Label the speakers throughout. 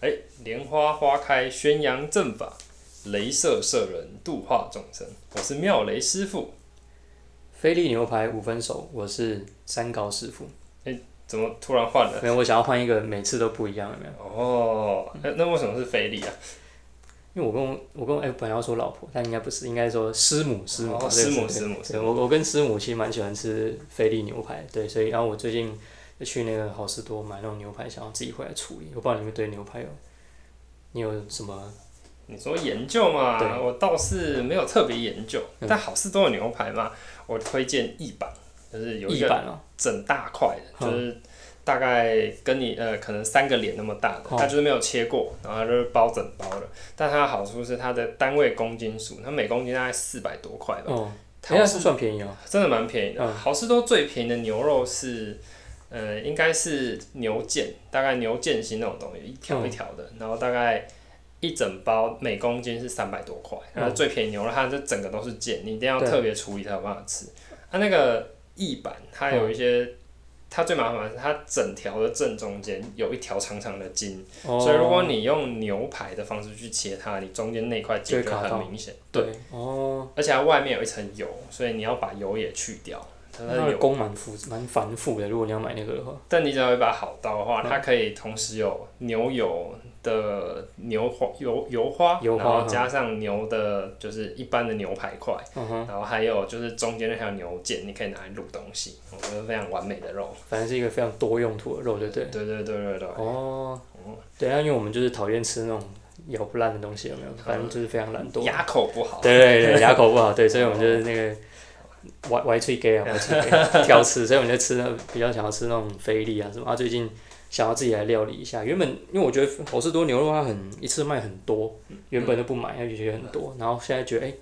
Speaker 1: 哎，莲花花开，宣扬正法；雷射射人，度化众生。我是妙雷师傅，
Speaker 2: 菲力牛排五分熟，我是三高师 傅。
Speaker 1: 怎么突然换了？
Speaker 2: 没有，我想要换一个每次都不一样，有没有？
Speaker 1: 哦，那那为什么是菲力啊？
Speaker 2: 因为我跟我我跟我哎、本来要说老婆，但应该不是，应该说师母师母。
Speaker 1: 哦
Speaker 2: 这个
Speaker 1: 师母
Speaker 2: 是
Speaker 1: 师母师
Speaker 2: 对，我我跟师母其实蛮喜欢吃菲力牛排，对，所以然后我最近就去那个好事多买那种牛排，想要自己回来处理。我不知道你们对牛排有，你有什么？
Speaker 1: 你说研究嘛，
Speaker 2: 对嗯
Speaker 1: 我倒是没有特别研究，但好事多有牛排嘛，我推荐一版，就是有一
Speaker 2: 一
Speaker 1: 个
Speaker 2: 版哦，
Speaker 1: 整大块的，
Speaker 2: 嗯
Speaker 1: 就是大概跟你呃可能三个脸那么大的，
Speaker 2: 哦
Speaker 1: 它就是没有切过，然后它就是包整包的。但它的好处是它的单位公斤数，它每公斤大概四百多块吧，
Speaker 2: 哦，
Speaker 1: 它
Speaker 2: 应该是算便宜哦。
Speaker 1: 真的蛮便宜的。
Speaker 2: 嗯
Speaker 1: 好事多最便宜的牛肉是。呃，应该是牛腱，大概牛腱心那种东西，一条
Speaker 2: 嗯
Speaker 1: 一条的，然后大概一整包每公斤是三百多块，
Speaker 2: 嗯
Speaker 1: 然后最便宜牛肉它这整个都是腱，你一定要
Speaker 2: 对
Speaker 1: 特别处理才有办法吃。它、那个翼板，它
Speaker 2: 嗯
Speaker 1: 有一些，它最麻烦的是它整条的正中间有一条长长的筋，
Speaker 2: 哦，
Speaker 1: 所以如果你用牛排的方式去切它，你中间那块筋
Speaker 2: 就
Speaker 1: 就
Speaker 2: 会卡
Speaker 1: 很
Speaker 2: 到
Speaker 1: 明显，
Speaker 2: 对哦，
Speaker 1: 而且它外面有一层油，所以你要把油也去掉。它
Speaker 2: 那
Speaker 1: 的
Speaker 2: 个
Speaker 1: 油
Speaker 2: 工蛮复蛮繁复的，如果你要买那个的话。
Speaker 1: 但你只要有一把好刀的话，
Speaker 2: 嗯
Speaker 1: 它可以同时有牛油的牛花油油花，
Speaker 2: 油花
Speaker 1: 然后
Speaker 2: 嗯
Speaker 1: 加上牛的，就是一般的牛排块，
Speaker 2: 嗯哼，
Speaker 1: 然后还有就是中间那条牛腱，你可以拿来卤东西，我觉得非常完美的肉。
Speaker 2: 反正是一个非常多用途的肉，对不对？
Speaker 1: 对对对对对，
Speaker 2: 哦，对啊，因为我们就是讨厌吃那种咬不烂的东西，有没有？反正就是非常懒惰。
Speaker 1: 牙口不好。
Speaker 2: 对对对，牙口不好，对，所以我们就是那个歪歪脆给啊，歪脆给挑吃，所以我们就吃那种比较想要吃那种菲力啊什么。啊，最近想要自己来料理一下。原本因为我觉得好事多牛肉它很一次卖很多，原本都不买，它就觉得很多，然后现在觉得哎。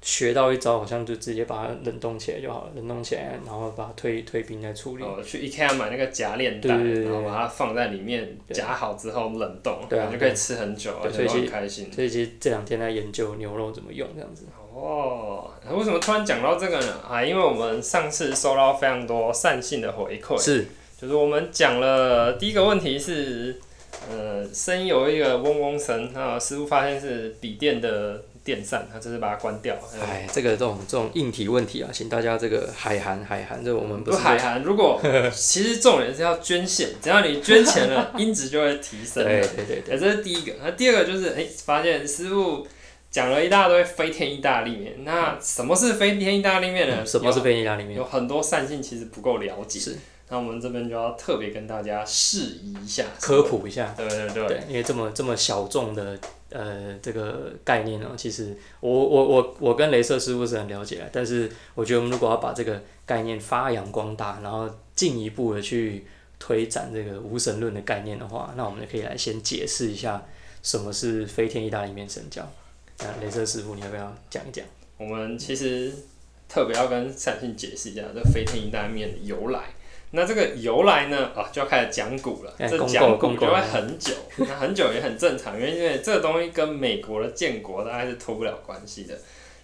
Speaker 2: 学到一招，好像就直接把它冷冻起来就好了，冷冻起来，然后把它退退冰再处理。
Speaker 1: 哦，去 IKEA 买那个夹链袋，
Speaker 2: 对对对
Speaker 1: 然后把它放在里面夹好之后冷冻，
Speaker 2: 对啊
Speaker 1: 你就可以吃很久，而
Speaker 2: 对
Speaker 1: 且都
Speaker 2: 所以
Speaker 1: 很
Speaker 2: 其
Speaker 1: 开心。
Speaker 2: 所以其实这两天在研究牛肉怎么用这样子。
Speaker 1: 哦，为什么突然讲到这个呢？啊，因为我们上次收到非常多善性的回馈，
Speaker 2: 是，
Speaker 1: 就是我们讲了第一个问题是，呃，声音有一个嗡嗡声，那师傅发现是笔电的电扇，他就是把它关掉。呃
Speaker 2: 哎，这个这种这种硬体问题啊，请大家这个海涵海涵，这个我们不
Speaker 1: 不
Speaker 2: 是
Speaker 1: 海涵，如 果其实重点是要捐献，只要你捐钱了， 音质就会提升
Speaker 2: 对
Speaker 1: 的。
Speaker 2: 对对对，
Speaker 1: 哎，这是第一个。那第二个就是，哎、发现师傅讲了一大堆飞天意大利面。那什么是飞天意大利面呢？
Speaker 2: 嗯什么是便利拉里面？
Speaker 1: 有很多善性其实不够了解，
Speaker 2: 是
Speaker 1: 那我们这边就要特别跟大家释疑一下，
Speaker 2: 科普一下，
Speaker 1: 对对对，
Speaker 2: 对，因为这么这么小众的呃这个概念呢、其实我我我我跟镭射师傅是很了解的，但是我觉得我们如果要把这个概念发扬光大，然后进一步的去推展这个无神论的概念的话，那我们就可以来先解释一下什么是飞天意大利面神教。那镭射师傅，你要不要讲一讲？
Speaker 1: 我们其实特别要跟善信解释一下这飞天意大利面的由来。那这个由来呢，啊，就要开始讲古了。
Speaker 2: 哎
Speaker 1: 这
Speaker 2: 公告
Speaker 1: 讲古
Speaker 2: 公
Speaker 1: 就
Speaker 2: 告
Speaker 1: 会很久， 那很久也很正常，因为因为这个东西跟美国的建国大概是脱不了关系的。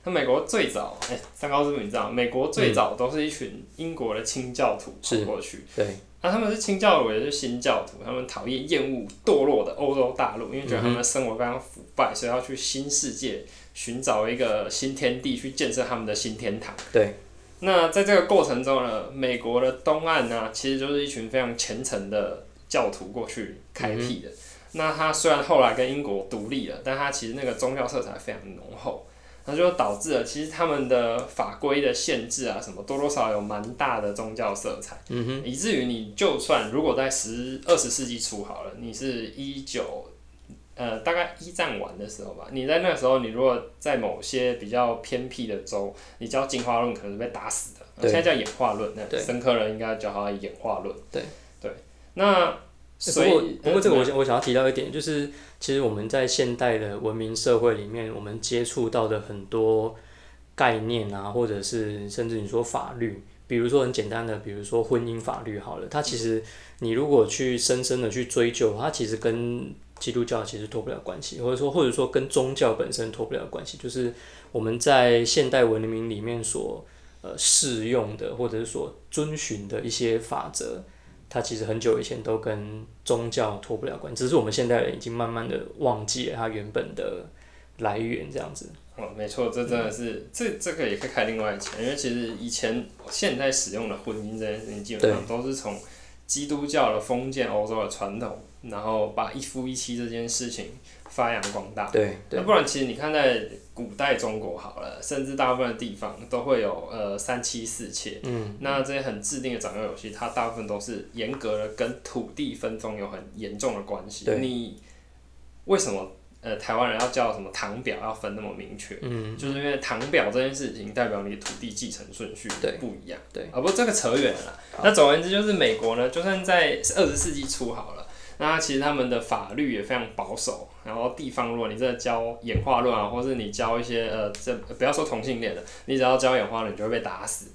Speaker 1: 那美国最早，哎、三高师傅你知道，美国最早都是一群英国的清教徒跑
Speaker 2: 是
Speaker 1: 过去，
Speaker 2: 对，
Speaker 1: 那、啊他们是清教徒，也是新教徒，他们讨厌厌恶堕落的欧洲大陆，因为觉得他们的生活非常腐败，所以要去新世界寻找一个新天地，去建设他们的新天堂。
Speaker 2: 对。
Speaker 1: 那在这个过程中呢，美国的东岸呢、其实就是一群非常虔诚的教徒过去开辟的。那他虽然后来跟英国独立了，但他其实那个宗教色彩非常浓厚，那就导致了其实他们的法规的限制啊，什么多多少少有蛮大的宗教色彩。
Speaker 2: 嗯哼，
Speaker 1: 以至于你就算如果在十二十世纪初好了，你是一九呃大概一战完的时候吧，你在那时候你如果在某些比较偏僻的州，你叫进化论可能是被打死的，
Speaker 2: 对
Speaker 1: 现在叫演化论，那
Speaker 2: 对
Speaker 1: 深科人应该叫它演化论。
Speaker 2: 对
Speaker 1: 对，那
Speaker 2: 不
Speaker 1: 所
Speaker 2: 过
Speaker 1: 以
Speaker 2: 不过这个我
Speaker 1: 嗯
Speaker 2: 想我想要提到一点，就是其实我们在现代的文明社会里面，我们接触到的很多概念啊，或者是甚至你说法律，比如说很简单的，比如说婚姻法律好了，它其实你如果去深深的去追究，它其实跟基督教其实脱不了关系，或者说或者说跟宗教本身脱不了关系，就是我们在现代文明里面所呃适用的，或者是所遵循的一些法则，它其实很久以前都跟宗教脱不了关，只是我们现代人已经慢慢的忘记了它原本的来源，这样子。
Speaker 1: 哦，没错，这真的是、这这个也可以开另外一期，因为其实以前现代使用的婚姻这件事情，基本上都是从基督教的封建欧洲的传统，然后把一夫一妻这件事情发扬光大。
Speaker 2: 对
Speaker 1: 那不然，其实你看在古代中国好了，甚至大部分的地方都会有呃三妻四妾。嗯，那这些很制定的长幼有序，它大部分都是严格的跟土地分封有很严重的关系
Speaker 2: 对。
Speaker 1: 你为什么呃台湾人要叫什么堂表要分那么明确？嗯，就是因为堂表这件事情代表你土地继承顺序
Speaker 2: 对
Speaker 1: 不一样。
Speaker 2: 对
Speaker 1: 啊，不，这个扯远了啦。那总而言之，就是美国呢，就算在二十世纪初好了。那其实他们的法律也非常保守，然后地方如果你真的教演化论啊，或是你教一些呃，这呃不要说同性恋的，你只要教演化论，你就会被打死。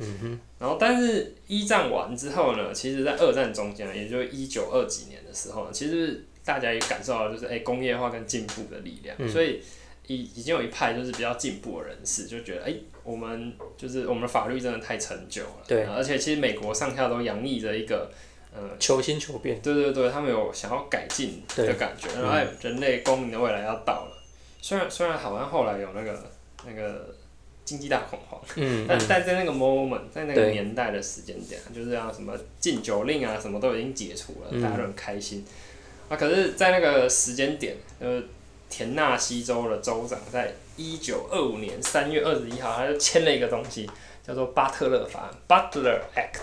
Speaker 1: 然后，但是一战完之后呢，其实在二战中间，啊也就一九二几年的时候呢，其实大家也感受到就是哎、工业化跟进步的力量，所以已已经有一派就是比较进步的人士就觉得哎、我们就是我们的法律真的太陈旧了，
Speaker 2: 对
Speaker 1: 而且其实美国上下都洋溢着一个呃
Speaker 2: 求新求变，
Speaker 1: 对对对，他们有想要改进的感觉，然后哎人类公民的未来要到了。虽然虽然好像后来有那个那个经济大恐慌，
Speaker 2: 嗯
Speaker 1: 但但在那个 moment，在那个
Speaker 2: 对
Speaker 1: 年代的时间点，就是啊什么禁酒令啊什么都已经解除
Speaker 2: 嗯
Speaker 1: 了，大家都很开心。啊，可是，在那个时间点，呃，田纳西州的州长在一九二五年三月二十一号，他就签了一个东西，叫做巴特勒法案 （Butler Act）。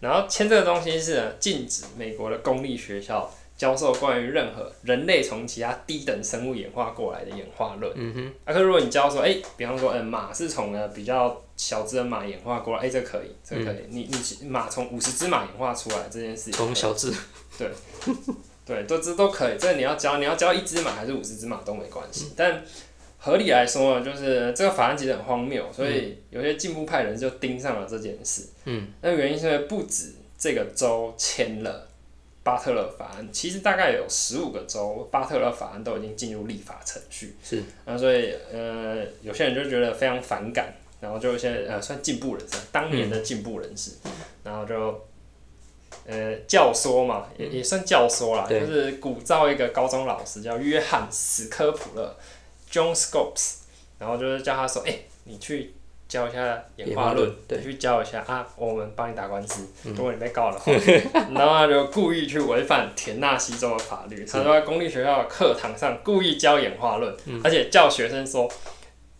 Speaker 1: 然后签这个东西是呢禁止美国的公立学校教授关于任何人类从其他低等生物演化过来的演化论。嗯哼。啊，可是如果你教说，哎、比方说，嗯、马是从呢比较小只的马演化过来，哎、这可以，这可以。你你马从五十只马演化出来这件事情，
Speaker 2: 从小智
Speaker 1: 对，都这都可以，这你要教，你要教一只马还是五十只马都没关系。但合理来说呢，就是这个法案其实很荒谬，所以有些进步派人就盯上了这件事。嗯，那原因是因为不止这个州签了巴特勒法案，其实大概有十五个州巴特勒法案都已经进入立法程序。
Speaker 2: 是，
Speaker 1: 那所以呃，有些人就觉得非常反感，然后就有些呃算进步人士，当年的进步人士，然后就呃教唆嘛，也也算教唆啦，
Speaker 2: 对
Speaker 1: 就是鼓噪一个高中老师叫约翰史科普勒 （John Scopes），然后就是叫他说：“哎、你去教一下演化论，
Speaker 2: 对嗯
Speaker 1: 你去教一下啊，我们帮你打官司，如果你被告的 话。然后他就故意去违反田纳西州的法律，他就在公立学校的课堂上故意教演化论，
Speaker 2: 嗯
Speaker 1: 而且叫学生说：“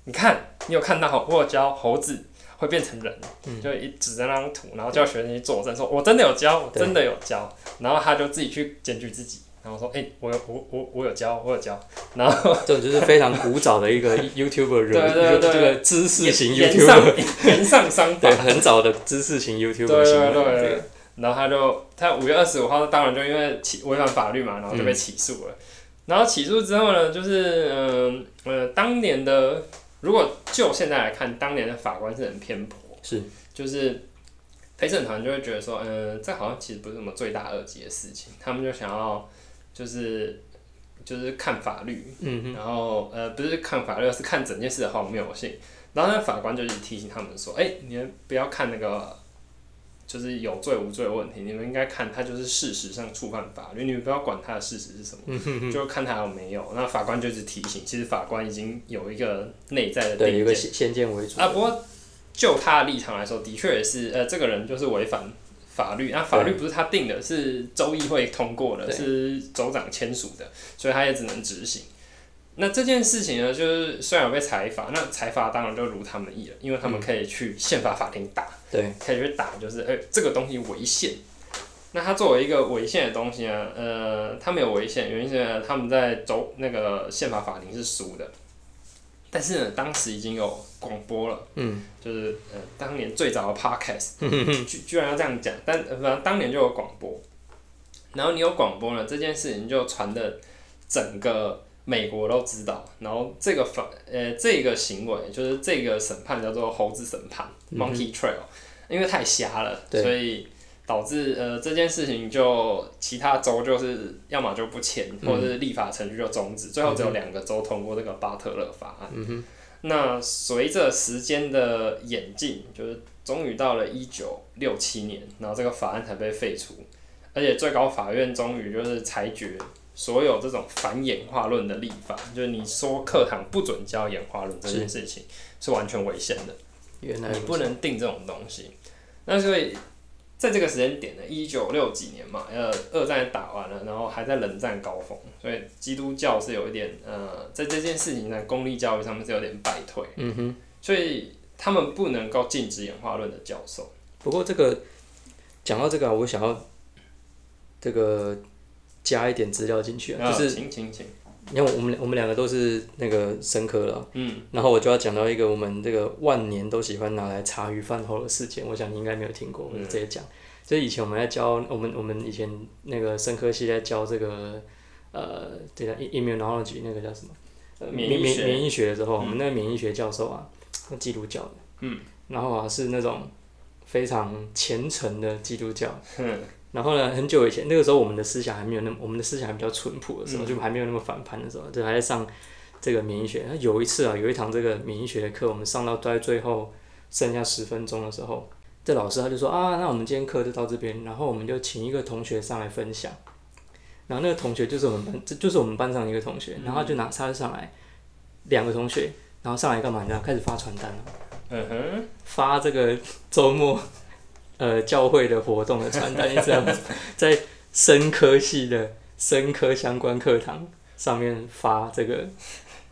Speaker 1: 你看，你有看到我有教猴子会变成人。”
Speaker 2: 嗯
Speaker 1: 就一指着那张图，然后叫学生去作证，说我真的有教，我
Speaker 2: 对
Speaker 1: 真的有教，然后他就自己去检举自己，然后说，哎、我有我我我有教，我有教，然后
Speaker 2: 这种就是非常古早的一个 YouTuber 人，
Speaker 1: 对对对
Speaker 2: 这个知识型
Speaker 1: 言言上
Speaker 2: YouTuber，
Speaker 1: 言上商法
Speaker 2: 对，，很早的知识型
Speaker 1: 对
Speaker 2: YouTuber 行
Speaker 1: 对对
Speaker 2: 为，这
Speaker 1: 对
Speaker 2: 个，
Speaker 1: 然后他就他五月二十五号，当然就因为起违反法律嘛，然后就被起诉了。然后起诉之后呢，就是嗯呃当年的如果就现在来看，当年的法官是很偏颇，
Speaker 2: 是
Speaker 1: 就是陪审团就会觉得说，嗯、这好像其实不是什么罪大恶极的事情，他们就想要就是就是看法律，
Speaker 2: 嗯
Speaker 1: 然后呃不是看法律，而是看整件事的荒谬性。然后那法官就是提醒他们说，哎、你们不要看那个。就是有罪无罪的问题，你们应该看他就是事实上触犯法律，你们不要管他的事实是什么，就看他有没有。那法官就是提醒，其实法官已经有一个内在的定
Speaker 2: 对，有一
Speaker 1: 见
Speaker 2: 个先先见为主
Speaker 1: 啊，不过就他的立场来说，的确也是，呃，这个人就是违反法律。那、法律不是他定的，是州议会通过的，
Speaker 2: 对
Speaker 1: 是州长签署的，所以他也只能执行。那这件事情呢，就是虽然有被裁罚，那裁罚当然就如他们意了，因为他
Speaker 2: 嗯
Speaker 1: 们可以去宪法法庭打，
Speaker 2: 对，
Speaker 1: 可以去打，就是哎、这个东西违宪。那它作为一个违宪的东西呢，呃，它没有违宪，原因是呢他们在州那个宪法法庭是输的，但是呢，当时已经有广播了，
Speaker 2: 嗯，
Speaker 1: 就是呃，当年最早的 podcast，居居然要这样讲，但呃反正当年就有广播，然后你有广播呢，这件事情就传的整个美国都知道，然后这个法呃这个行为就是这个审判叫做猴子审判 （Monkey Trail），、因为太瞎了，
Speaker 2: 对
Speaker 1: 所以导致呃这件事情就其他州就是要么就不签，或者是立法程序就终止，最后只有两个州通过这个巴特勒法案。
Speaker 2: 嗯
Speaker 1: 那随着时间的演进，就是终于到了一九六七年，然后这个法案才被废除。而且最高法院终于就是裁决所有这种反演化论的立法，就是你说课堂不准教演化论这件事情是完全违宪的。
Speaker 2: 原来
Speaker 1: 你不能定这种东西。那所以在这个时间点呢，一九六几年嘛，呃，二战打完了，然后还在冷战高峰，所以基督教是有一点呃，在这件事情上，公立教育上面是有点败退，
Speaker 2: 嗯哼。
Speaker 1: 所以他们不能够禁止演化论的教授。
Speaker 2: 不过这个讲到这个啊，我想要这个加一点资料进去啊，
Speaker 1: 啊
Speaker 2: 就是
Speaker 1: 请请请，
Speaker 2: 你看我们我们两个都是那个生科了，啊
Speaker 1: 嗯，
Speaker 2: 然后我就要讲到一个我们这个万年都喜欢拿来茶余饭后的事件，我想你应该没有听过，我就直接
Speaker 1: 嗯
Speaker 2: 讲。就是以前我们在教我们我们以前那个生科系在教这个呃，这个 immunology 那个叫什么？呃
Speaker 1: 免疫
Speaker 2: 免
Speaker 1: 学
Speaker 2: 免疫学的时候，我们那个免疫学教授啊，他基督教的，
Speaker 1: 嗯，
Speaker 2: 然后啊是那种非常虔诚的基督 教，
Speaker 1: 哼
Speaker 2: 然后呢，很久以前，那个时候我们的思想还没有那么，我们的思想还比较淳朴的时
Speaker 1: 嗯
Speaker 2: 候，就还没有那么反叛的时候，就还在上这个免疫学。那有一次啊，有一堂这个免疫学的课，我们上到在最后剩下十分钟的时候，这老师他就说啊，那我们今天课就到这边，然后我们就请一个同学上来分享。然后那个同学就是我们班，这就是我们班上的一个同学，
Speaker 1: 嗯
Speaker 2: 然后他就拿他就上来，两个同学，然后上来干嘛？你知道，开始发传单了。
Speaker 1: 嗯哼，
Speaker 2: 发这个周末 呃教会的活动的传单，你知道吗？在 生科系的生科相关课堂上面发这个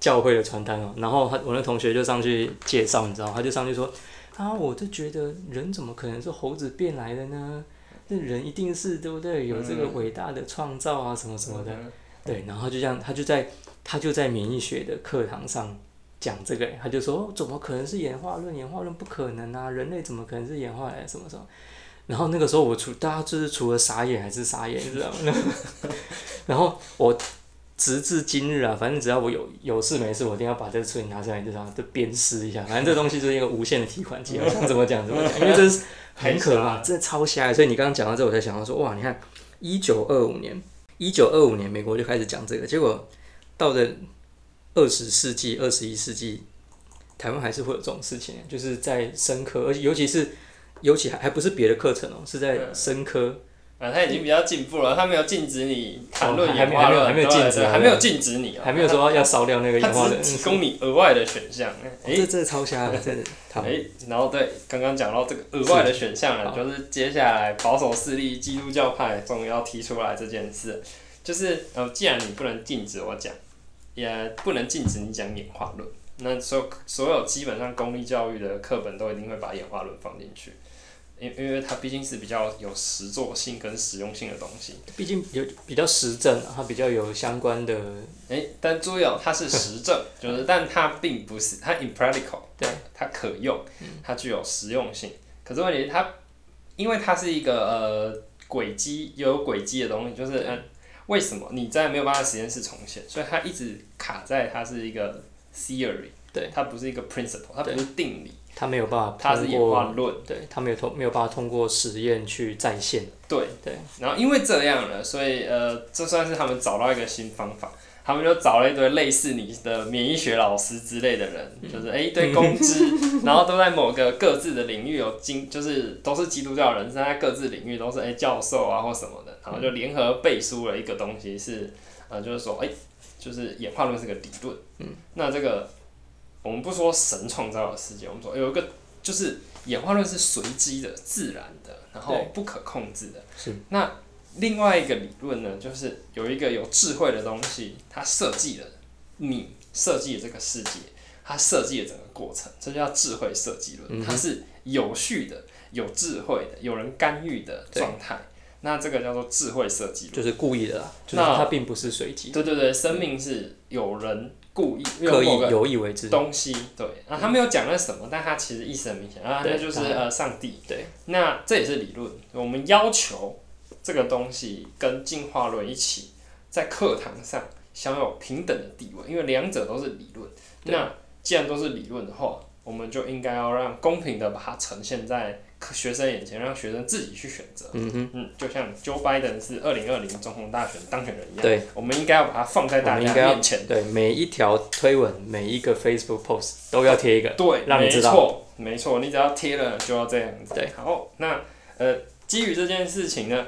Speaker 2: 教会的传单哦。然后他我那同学就上去介绍，你知道吗，他就上去说啊，我就觉得人怎么可能是猴子变来的呢？那人一定是对不对？有这个伟大的创造啊，什么什么的。
Speaker 1: 嗯
Speaker 2: 对，然后就这样，他就在他就在免疫学的课堂上讲这个，他就说、哦怎么可能是演化论？演化论不可能啊，人类怎么可能是演化来的？什么什么？然后那个时候我除大家就是除了傻眼还是傻眼，你知道吗？ 然后然后我直至今日啊，反正只要我有有事没事，我一定要把这个事情拿出来，就让就鞭尸一下。反正这东西就是一个无限的提款机，我想怎么讲怎么讲，因为这是很可怕，这超瞎的。所以你刚刚讲到这，我才想到说，哇，你看一九二五年。一九二五年美国就开始讲这个，结果到了二十世纪、二十一世纪，台湾还是会有这种事情，就是在生科，而且尤其是尤其还还不是别的课程哦、是
Speaker 1: 嗯
Speaker 2: 在生科，
Speaker 1: 啊，他已经比较进步了，他没有禁止你谈论
Speaker 2: 哦还
Speaker 1: 演化论，
Speaker 2: 还没有还
Speaker 1: 对
Speaker 2: 没有禁止
Speaker 1: 对
Speaker 2: 啊
Speaker 1: 还没有禁止你啊，
Speaker 2: 还没有说要烧掉那个
Speaker 1: 他
Speaker 2: 氧化的
Speaker 1: 只是。提供你额外的选项。哎、
Speaker 2: 这这超瞎的，真的。 好
Speaker 1: 哎、，然后对，刚刚讲到这个额外的选项了，
Speaker 2: 好
Speaker 1: 就是接下来保守势力基督教派终于要提出来这件事，就是呃，既然你不能禁止我讲，也不能禁止你讲演化论，那所有所有基本上公立教育的课本都一定会把演化论放进去，因因为它毕竟是比较有实作性跟实用性的东西。
Speaker 2: 毕竟有比较实证啊，它比较有相关的，
Speaker 1: 哎、但注意哦，它是实证，就是，但它并不是，它 impractical，
Speaker 2: 对，嗯
Speaker 1: 它可用，它具有实用性。可是问题是它，因为它是一个呃轨迹有轨迹的东西，就是呃，为什么你在没有办法实验室重现，所以它一直卡在它是一个 theory，
Speaker 2: 对，
Speaker 1: 它不是一个 principle，它不是定理，
Speaker 2: 它没有办法
Speaker 1: 它是
Speaker 2: 通
Speaker 1: 演
Speaker 2: 过，
Speaker 1: 化论。
Speaker 2: 对，它没有通没有办法通过实验去再现。
Speaker 1: 对
Speaker 2: 对，
Speaker 1: 然后因为这样了，所以呃，这算是他们找到一个新方法。他们就找了一堆类似你的免疫学老师之类的人，就是哎、一堆公知， 然后都在某个各自的领域有经，就是都是基督教人，但在各自领域都是哎、教授啊或什么的，然后就联合背书了一个东西是，呃，就是说哎、就是演化论是个理论，嗯，那这个我们不说神创造的世界，我们说有一个就是演化论是随机的、自然的，然后
Speaker 2: 对
Speaker 1: 不可控制的。
Speaker 2: 是。
Speaker 1: 那另外一个理论呢，就是有一个有智慧的东西，它设计了你设计了这个世界，它设计了整个过程，这叫智慧设计论。它是有序的、有智慧的、有人干预的
Speaker 2: 对
Speaker 1: 状态。那这个叫做智慧设计论。
Speaker 2: 就是故意的啦，就是
Speaker 1: 那
Speaker 2: 它并不是随机，
Speaker 1: 对对对，生命是有人故意
Speaker 2: 刻
Speaker 1: 用某
Speaker 2: 意
Speaker 1: 个
Speaker 2: 有意为之。
Speaker 1: 东西，对啊，他没有讲那什么，但他其实意思很明显啊，
Speaker 2: 对
Speaker 1: 那就是
Speaker 2: 当然
Speaker 1: 呃上帝。
Speaker 2: 对，
Speaker 1: 那这也是理论，我们要求这个东西跟进化论一起在课堂上享有平等的地位，因为两者都是理论。
Speaker 2: 对
Speaker 1: 那既然都是理论的话，我们就应该要让公平的把它呈现在课学生眼前，让学生自己去选择。
Speaker 2: 嗯哼，
Speaker 1: 嗯，就像 Joe Biden 是二零二零总统大选当选人一样，
Speaker 2: 对。
Speaker 1: 我们应该要把它放在
Speaker 2: 我
Speaker 1: 大
Speaker 2: 们
Speaker 1: 家
Speaker 2: 应该要
Speaker 1: 面前。
Speaker 2: 对每一条推文、每一个 Facebook post 都要贴一个。
Speaker 1: 对，
Speaker 2: 让你
Speaker 1: 没
Speaker 2: 知道
Speaker 1: 错，没错，你只要贴了就要这样子。
Speaker 2: 对，
Speaker 1: 好，那呃，基于这件事情呢，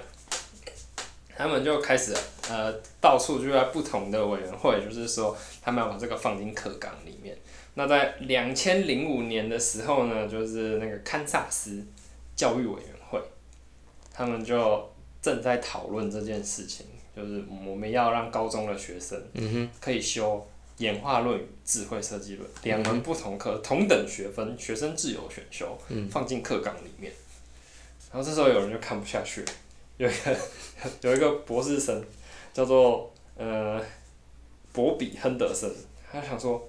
Speaker 1: 他们就开始呃到处就在不同的委员会，就是说他们要把这个放进课纲里面。那在两千零五年的时候呢，就是那个堪萨斯教育委员会，他们就正在讨论这件事情，就是我们要让高中的学生
Speaker 2: 嗯
Speaker 1: 可以修演化论与智慧设计论两门不同课，同等学分，学生自由选修，放进课纲里面。然后这时候有人就看不下去了，有一个 有一个博士生叫做呃博比亨德森，他就想说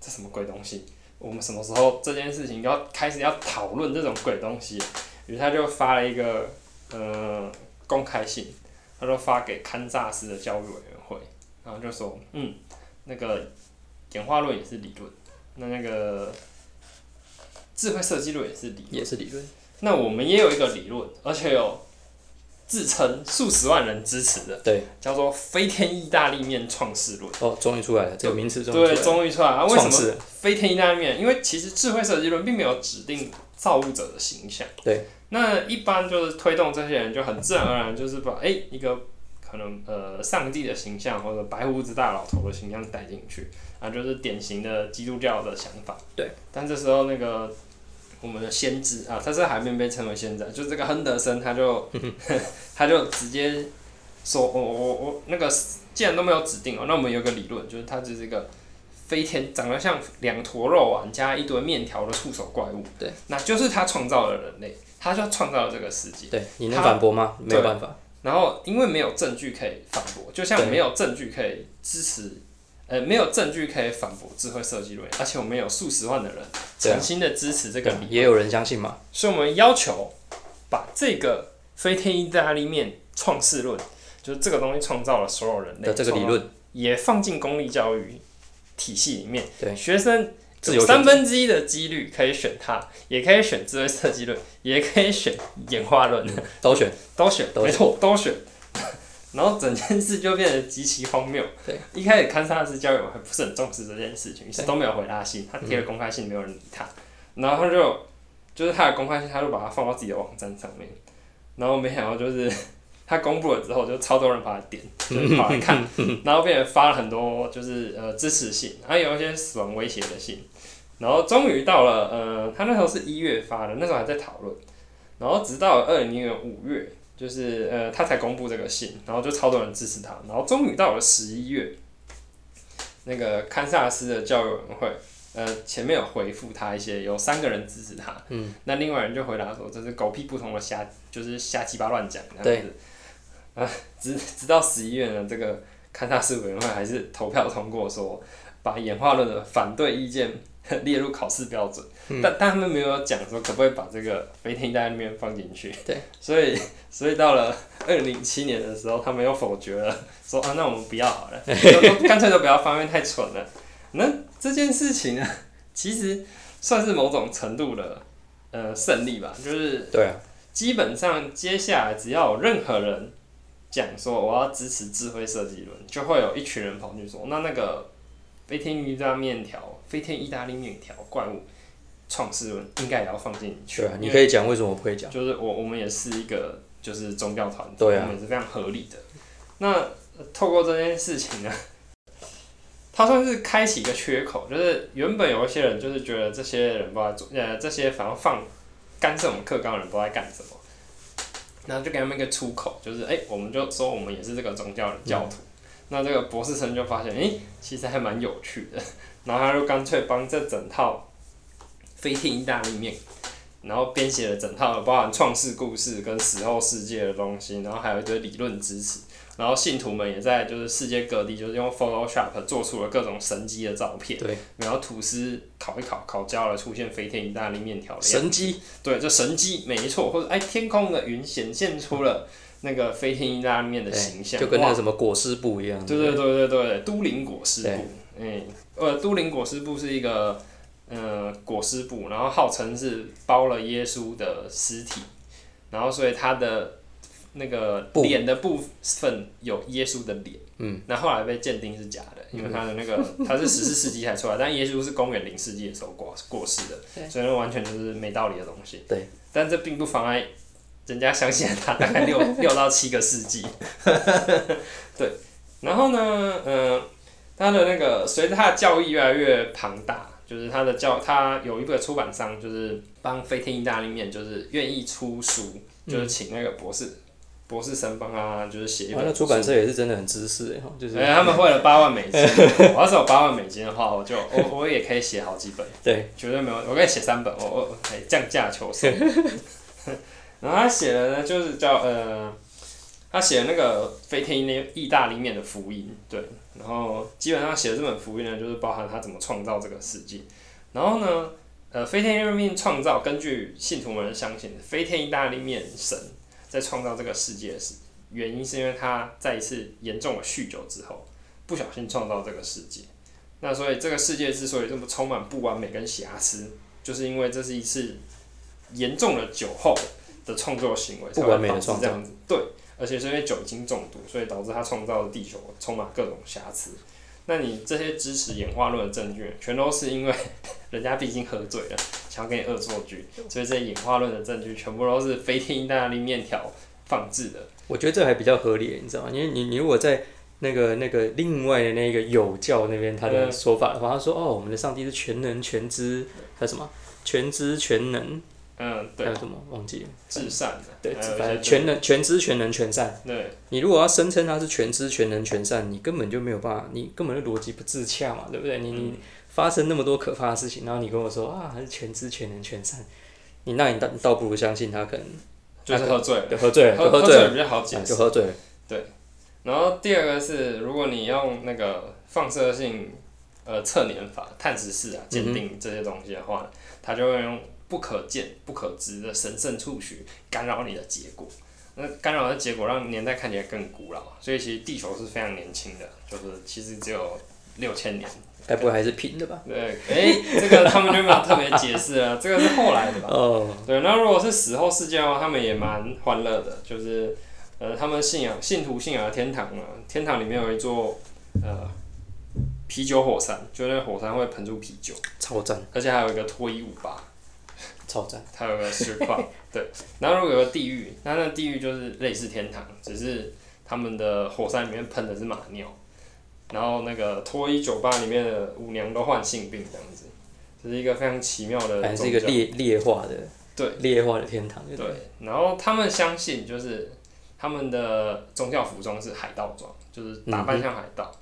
Speaker 1: 这什么鬼东西？我们什么时候这件事情要开始要讨论这种鬼东西？于是他就发了一个呃公开信，他就发给堪萨斯的教育委员会，然后就说嗯，那个演化论也是理论，那那个智慧设计论也是理
Speaker 2: 哼，
Speaker 1: 论
Speaker 2: 也，是理论。
Speaker 1: 那我们也有一个理论，而且有自称数十万人支持的，
Speaker 2: 对，
Speaker 1: 叫做飞天意大利面创世论。
Speaker 2: 哦，终于出来了，这个名词终于出来
Speaker 1: 对，
Speaker 2: 了。
Speaker 1: 终于出来啊了。为什
Speaker 2: 创世
Speaker 1: 么飞天意大利面？因为其实智慧设计论并没有指定造物者的形象。
Speaker 2: 对。
Speaker 1: 那一般就是推动这些人，就很自然而然就是把哎、一个可能呃上帝的形象或者白胡子大老头的形象带进去，啊，就是典型的基督教的想法。
Speaker 2: 对。
Speaker 1: 但这时候那个我们的先知啊，他是还没被称为先知啊，就是这个亨德森，他就 他就直接说，我我我那个既然都没有指定哦，那我们有个理论，就是它就是一个飞天长得像两坨肉丸加一堆面条的触手怪物，
Speaker 2: 对，
Speaker 1: 那就是他创造了人类，他就创造了这个世界。
Speaker 2: 对，你能
Speaker 1: 他
Speaker 2: 反驳吗？没有
Speaker 1: 对
Speaker 2: 办法。
Speaker 1: 然后因为没有证据可以反驳，就像
Speaker 2: 对
Speaker 1: 没有证据可以支持，呃，没有证据可以反驳智慧设计论，而且我们有数十万的人
Speaker 2: 对啊
Speaker 1: 诚心的支持这个理论，
Speaker 2: 也有人相信嘛？
Speaker 1: 所以我们要求把这个飞天意大利面创世论，就是这个东西创造了所有人类
Speaker 2: 的这个理，论，
Speaker 1: 也放进公立教育体系里面。
Speaker 2: 对
Speaker 1: 学生
Speaker 2: 自
Speaker 1: 有
Speaker 2: 由选
Speaker 1: 三
Speaker 2: 择
Speaker 1: 分之一的几率可以选它，也可以选智慧设计论，也可以选演化论，
Speaker 2: 都选。
Speaker 1: 都选，
Speaker 2: 都
Speaker 1: 没
Speaker 2: 选
Speaker 1: 错，都选。 然后整件事就变得极其荒谬。
Speaker 2: 对，
Speaker 1: 一开始堪萨斯教育委还不是很重视这件事情，于是
Speaker 2: 对嗯
Speaker 1: 都没有回他信，他贴了公开信，没有人理他。然后他就就是他的公开信，他就把它放到自己的网站上面。然后没想到就是 他公布了之后，就超多人把它 点，就是跑来看，然后变成发了很多就是呃支持信，还有一些死亡威胁的信。然后终于到了呃，他那时候是一月发的，那时候还在讨论。然后直到二零零年五月，就是呃，他才公布这个信，然后就超多人支持他，然后终于到了十一月，那个堪萨斯的教育委员会，呃，前面有回复他一些，有三个人支持他，
Speaker 2: 嗯，
Speaker 1: 那另外人就回答说这是狗屁不通的瞎，就是瞎鸡巴乱讲这
Speaker 2: 对
Speaker 1: 样子，啊，直直到十一月呢，这个堪萨斯委员会还是投票通过说，把演化论的反对意见 列入考试标准，但但他们没有讲说可不可以把这个飞天意大利面放进去，
Speaker 2: 对，
Speaker 1: 所以所以到了二零零七年的时候，他们又否决了，说啊，那我们不要好了，就干脆就不要放，因为太蠢了。那这件事情呢，其实算是某种程度的呃胜利吧，就是
Speaker 2: 对啊，
Speaker 1: 基本上接下来只要有任何人讲说我要支持智慧设计论，就会有一群人跑去说，那那个飞天意大利面条、飞天意大利面条怪物创世论应该也要放进去
Speaker 2: 对啊，，你
Speaker 1: 因为
Speaker 2: 可以讲为什么我不可以讲？
Speaker 1: 就是我我们也是一个就是宗教团体，
Speaker 2: 对啊
Speaker 1: 我们也是非常合理的。那呃透过这件事情呢， 它算是开启一个缺口，就是原本有一些人就是觉得这些人不知道在做，呃，这些反而放干涉我们课纲的人不知道在干什么，然后就给他们一个出口，就是哎、我们就说我们也是这个宗教的教徒。那这个博士生就发现，哎、其实还蛮有趣的， 然后他就干脆帮这整套飞天意大利面然后编写了整套包含创世故事跟死后世界的东西，然后还有一堆理论支持，然后信徒们也在就是世界各地就是用 Photoshop 做出了各种神机的照片，
Speaker 2: 对，
Speaker 1: 然后吐司烤一烤，烤焦了出现飞天意大利面条的样子，
Speaker 2: 神机，
Speaker 1: 对，这神机没错，或者哎天空的云显现出了那个飞天意大利面的形象，
Speaker 2: 就跟那
Speaker 1: 哇
Speaker 2: 个什么裹尸布一样。
Speaker 1: 对对对对对，都灵果师
Speaker 2: 对
Speaker 1: 部，嗯，呃，都灵果师部是一个呃果师部，然后号称是包了耶稣的尸体，然后所以他的那个
Speaker 2: 布
Speaker 1: 脸的部分有耶稣的脸，
Speaker 2: 嗯，
Speaker 1: 那后来被鉴定是假的，因为他的那 个他是十四世纪才出来，但耶稣是公元零世纪的时候过过世的，所以那完全就是没道理的东西，
Speaker 2: 对，
Speaker 1: 但这并不妨碍人家相信了他大概六六到七个世纪。 对，然后呢，嗯、他的那个随着他的教义越来越庞大，就是他的教，他有一个出版商就是帮飞天意大利面，就是愿意出书，就是请那个博士、博士生帮他就是写一
Speaker 2: 哇
Speaker 1: 本、
Speaker 2: 啊那出版社也是真的很知识哎哈，就是、
Speaker 1: 哎、他们汇了八万美金，我要是有八万美金的话，我就我我也可以写好几本，
Speaker 2: 对，
Speaker 1: 绝对没有，我可以写三本，我我我可以降价求售。然后他写的呢，就是叫呃，他写的那个飞天意意大利面的福音，对，然后基本上写的这本福音呢，就是包含他怎么创造这个世界，然后呢，呃，飞天意大利面创造，根据信徒们的相信，飞天意大利面神在创造这个世界的时原因是因为他在一次严重的酗酒之后，不小心创造这个世界。那所以这个世界之所以这么充满不完美跟瑕疵，就是因为这是一次严重的酒后的创作行为，
Speaker 2: 不完美的
Speaker 1: 才会导致
Speaker 2: 创造
Speaker 1: 这样子。对，而且是因为酒精中毒，所以导致他创造的地球充满各种瑕疵。那你这些支持演化论的证据，全都是因为人家毕竟喝醉了，想要给你恶作剧，所以这些演化论的证据全部都是飞天意大利面条放置的。
Speaker 2: 我觉得这还比较合理，你知道吗？因为你你如果在那个那个另外的那个有教那边他的
Speaker 1: 嗯
Speaker 2: 说法的话，他说哦，我们的上帝是全能全知，还有什么全知全能，
Speaker 1: 嗯，
Speaker 2: 还
Speaker 1: 对，
Speaker 2: 有什么忘记了？
Speaker 1: 至善的，
Speaker 2: 对，
Speaker 1: 还有一
Speaker 2: 反
Speaker 1: 些
Speaker 2: 正啊全能全知全能全善。
Speaker 1: 对，
Speaker 2: 你如果要声称他是全知全能全善，你根本就没有办法，你根本就逻辑不自洽嘛，对不对？你
Speaker 1: 嗯
Speaker 2: 你发生那么多可怕的事情，然后你跟我说啊，他是全知全能全善，你那你倒你倒不如相信他可能
Speaker 1: 就是喝醉了，
Speaker 2: 对喝醉了，
Speaker 1: 喝
Speaker 2: 就喝
Speaker 1: 喝
Speaker 2: 醉
Speaker 1: 醉了
Speaker 2: 了，
Speaker 1: 比较好解
Speaker 2: 啊
Speaker 1: 释
Speaker 2: 就。喝醉了，
Speaker 1: 然后第二个是，如果你用那个放射性呃测年法、碳十四啊鉴定这些东西的
Speaker 2: 嗯
Speaker 1: 话，它就会用不可见、不可知的神圣触须干扰你的结果。那干扰的结果让年代看起来更古老，啊所以其实地球是非常年轻的，就是其实只有六千年。
Speaker 2: 该不会还是平的吧？
Speaker 1: 对， 哎、这个他们就没有特别解释了，这个是后来的吧？
Speaker 2: 哦，
Speaker 1: 对，那如果是死后世界的话，他们也蛮欢乐的，就是呃，他们信仰信徒信仰的天堂啊，天堂里面有一座呃啤酒火山，就那火山会喷出啤酒，
Speaker 2: 超赞，
Speaker 1: 而且还有一个脱衣舞吧，
Speaker 2: 超赞，
Speaker 1: 它有个 strip club，对，然后如果有个地狱，那那地狱就是类似天堂，只是他们的火山里面喷的是马尿，然后那个脱衣酒吧里面的舞娘都患性病这样子，这是一个非常奇妙呃的宗教，
Speaker 2: 反正是哎一个劣劣化的，
Speaker 1: 对，
Speaker 2: 劣化的天堂，就
Speaker 1: 对，然后他们相信就是他们的宗教服装是海盗装，就是打扮像海盗。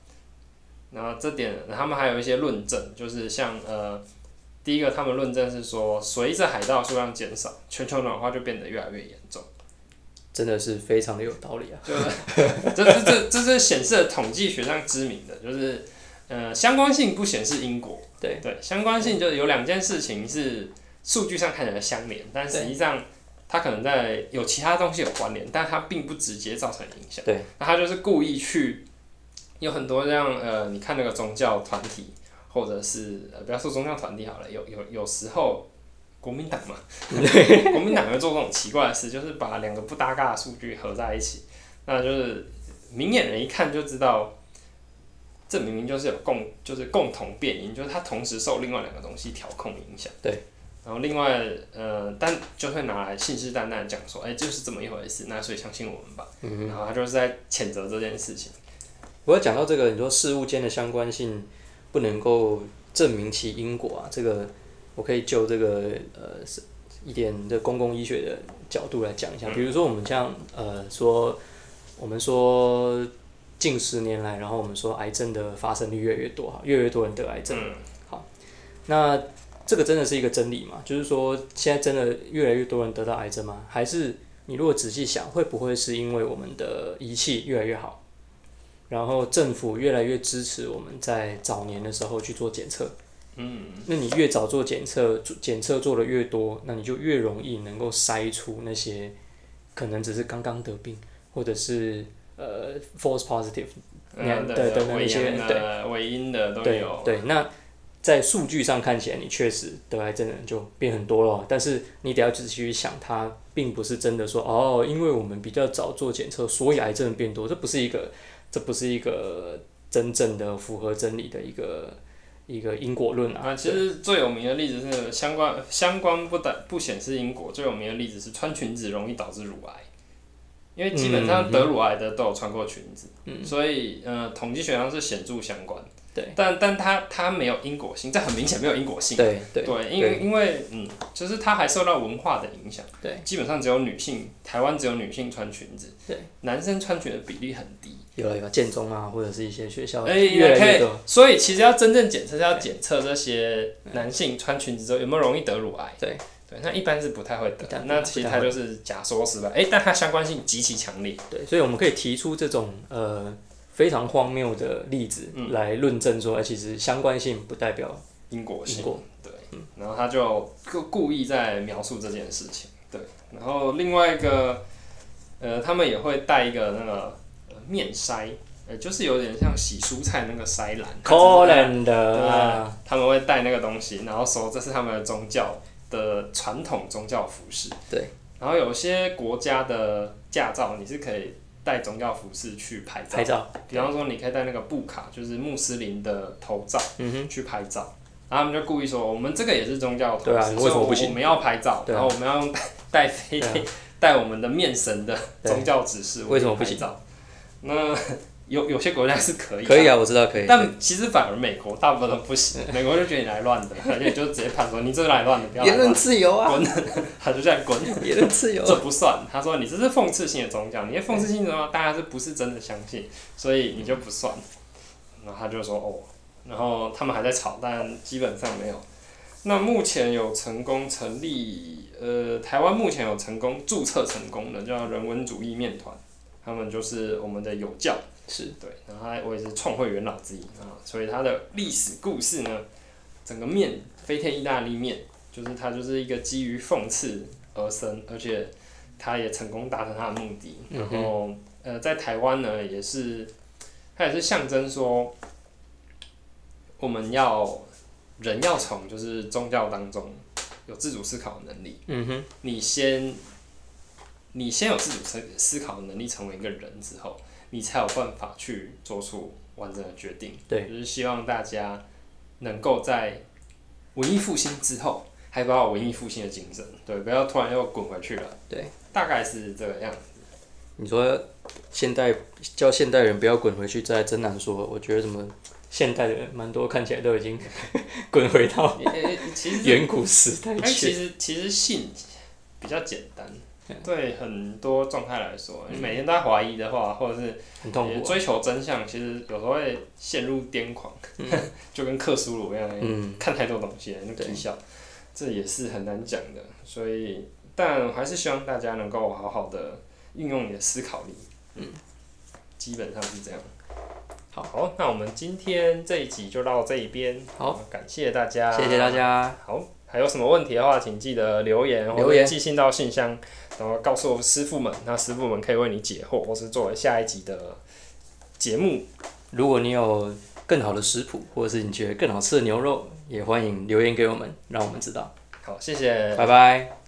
Speaker 1: 然后这点他们还有一些论证，就是像呃，第一个他们论证是说，随着海盗数量减少，全球暖化就变得越来越严重。
Speaker 2: 真的是非常的有道理啊。
Speaker 1: 就是这这这这是显示了统计学上知名的，就是呃相关性不显示因果，
Speaker 2: 对，
Speaker 1: 对，相关性就是有两件事情是数据上看起来相连，但实际上它可能在有其他东西有关联，但它并不直接造成影响。
Speaker 2: 对，
Speaker 1: 那它就是故意去有很多像呃，你看那个宗教团体，或者是呃不要说宗教团体好了，有有有时候。国民党 嘛，国民党会做这种奇怪的事，就是把两个不搭嘎的数据合在一起，那就是明眼人一看就知道这明明就是有共，就是共同变因，就是它同时受另外两个东西调控影响。
Speaker 2: 对。
Speaker 1: 然后另外，呃，但就会拿来信誓旦旦地讲说，哎、就是这么一回事，那所以相信我们吧。嗯、然后他就是在谴责这件事情。
Speaker 2: 我要讲到这个，你说事物间的相关性不能够证明其因果啊，这个我可以就这个呃是一点的公共医学的角度来讲一下，比如说我们像呃说，我们说近十年来，然后我们说癌症的发生率越来越多哈，越来越多人得癌症。
Speaker 1: 嗯
Speaker 2: 那这个真的是一个真理嘛？就是说，现在真的越来越多人得到癌症吗？还是你如果仔细想，会不会是因为我们的仪器越来越好，然后政府越来越支持我们在早年的时候去做检测？
Speaker 1: 嗯，
Speaker 2: 那你越早做检测，做检测做的越多，那你就越容易能够筛出那些可能只是刚刚得病，或者是呃 false positive 那样
Speaker 1: 嗯
Speaker 2: 对
Speaker 1: 对
Speaker 2: 对那
Speaker 1: 尾
Speaker 2: 些
Speaker 1: 音的、尾呃音的都
Speaker 2: 对
Speaker 1: 有。啊
Speaker 2: 对，那在数据上看起来，你确实得癌症的人就变很多了，但是你得要仔细去想，它并不是真的说哦，因为我们比较早做检测，所以癌症变多，这不是一个，这不是一真正的符合真理的一个一个因果论
Speaker 1: 啊，
Speaker 2: 啊。
Speaker 1: 其实最有名的例子是相关相关不但不显示因果，最有名的例子是穿裙子容易导致乳癌，因为基本
Speaker 2: 嗯
Speaker 1: 上得乳癌的都有穿过裙子，所以呃统计学上是显著相关，
Speaker 2: 对，
Speaker 1: 但但它它没有因果性，这很明显没有因果性，
Speaker 2: 对对
Speaker 1: 对，因为因为嗯，就是它还受到文化的影响，
Speaker 2: 对，
Speaker 1: 基本上只有女性，台湾只有女性穿裙子，
Speaker 2: 对，
Speaker 1: 男生穿裙的比例很低，
Speaker 2: 有了有了建中啊，或者是一些学校
Speaker 1: 哎
Speaker 2: 越来
Speaker 1: 也可以
Speaker 2: 越多。
Speaker 1: 所以其实要真正检测是要检测这些男性穿裙子之后有没有容易得乳癌，
Speaker 2: 对
Speaker 1: 对，那一般是不太会
Speaker 2: 一般
Speaker 1: 得，
Speaker 2: 不
Speaker 1: 那其实
Speaker 2: 不太
Speaker 1: 它就
Speaker 2: 会
Speaker 1: 是假说失败，哎、但它相关性极其强烈，
Speaker 2: 对，所以我们可以提出这种呃非常荒谬的例子来论证说，哎、其实相关性不代表
Speaker 1: 因嗯果性
Speaker 2: 因，果。
Speaker 1: 对，
Speaker 2: 嗯
Speaker 1: 然后他就故故意在描述这件事情，对，然后另外一个，呃，他们也会带一个那个、呃面筛，呃，就是有点像洗蔬菜那个筛篮，
Speaker 2: 可
Speaker 1: 它只是
Speaker 2: 能的啊，
Speaker 1: 他们会带那个东西，然后说这是他们的宗教的传统宗教服饰。
Speaker 2: 对。
Speaker 1: 然后有些国家的驾照你是可以带宗教服饰去拍照，
Speaker 2: 拍照，
Speaker 1: 比方说你可以带那个布卡，就是穆斯林的头罩
Speaker 2: 嗯哼，
Speaker 1: 去拍照。然后他们就故意说，我们这个也是宗教的头
Speaker 2: 对啊
Speaker 1: 饰
Speaker 2: 你为什么
Speaker 1: 所以
Speaker 2: 不行
Speaker 1: 我们要拍照，
Speaker 2: 对啊
Speaker 1: 然后我们要 用带带飞
Speaker 2: 对啊
Speaker 1: 机、带我们的面神的
Speaker 2: 对
Speaker 1: 宗教指示，
Speaker 2: 为什么不行
Speaker 1: 我们拍照？那 有有些国家是可以的，
Speaker 2: 可以啊，我知道可以。
Speaker 1: 但其实反而美国大部分都不 行，美国就觉得你来乱的，而且就直接判说你这是来乱的，不要来乱，
Speaker 2: 自由，啊
Speaker 1: 滚， 他就这样滚，
Speaker 2: 言论自
Speaker 1: 这不算。他说你这是讽刺性的宗教，你的讽刺性的话，大家是不是真的相信，所以你就不算。然后他就说哦，然后他们还在吵，但基本上没有。那目前有成功成立，呃，台湾目前有成功注册成功的叫人文主义面团，他们就是我们的有教。
Speaker 2: 是
Speaker 1: 对，然后他我也是创会元老之一啊，所以他的历史故事呢，整个面飞天意大利面，就是它就是一个基于讽刺而生，而且他也成功达成他的目的。
Speaker 2: 嗯
Speaker 1: 然后、呃，在台湾呢，也是它也是象征说，我们要人要从就是宗教当中有自主思考的能力。
Speaker 2: 嗯哼，
Speaker 1: 你先，你先有自主思思考的能力，成为一个人之后，你才有办法去做出完整的决定。
Speaker 2: 对，
Speaker 1: 就是希望大家能够在文艺复兴之后，还保有文艺复兴的精神，对，不要突然又滚回去了。
Speaker 2: 对，
Speaker 1: 大概是这个样子。
Speaker 2: 你说现代叫现代人不要滚回去，这还真难说。我觉得怎么现代的人蛮多看起来都已经 滚回到
Speaker 1: 诶诶诶其实
Speaker 2: 远古时代
Speaker 1: 哎，其
Speaker 2: 去。
Speaker 1: 实其实性比较简单，
Speaker 2: 嗯
Speaker 1: 对很多状态来说，你每天都在怀疑的话，或者是
Speaker 2: 很痛
Speaker 1: 也
Speaker 2: 苦啊、
Speaker 1: 追求真相，其实有时候会陷入癫狂， 就跟克苏鲁一样，哎
Speaker 2: 嗯，
Speaker 1: 看太多东西了就
Speaker 2: 对
Speaker 1: 皮笑，这也是很难讲的。所以，但我还是希望大家能够好好的运用你的思考力。嗯，基本上是这样。
Speaker 2: 好
Speaker 1: 好，那我们今天这一集就到这一边。
Speaker 2: 好，
Speaker 1: 感谢大家，
Speaker 2: 啊谢谢大。家，
Speaker 1: 好，还有什么问题的话，请记得留言或
Speaker 2: 留
Speaker 1: 者
Speaker 2: 言
Speaker 1: 寄信到信箱，然后告诉师傅们，那师傅们可以为你解惑，或是作为下一集的节目。
Speaker 2: 如果你有更好的食谱，或者是你觉得更好吃的牛肉，也欢迎留言给我们，让我们知道。
Speaker 1: 好，谢谢，
Speaker 2: 拜拜。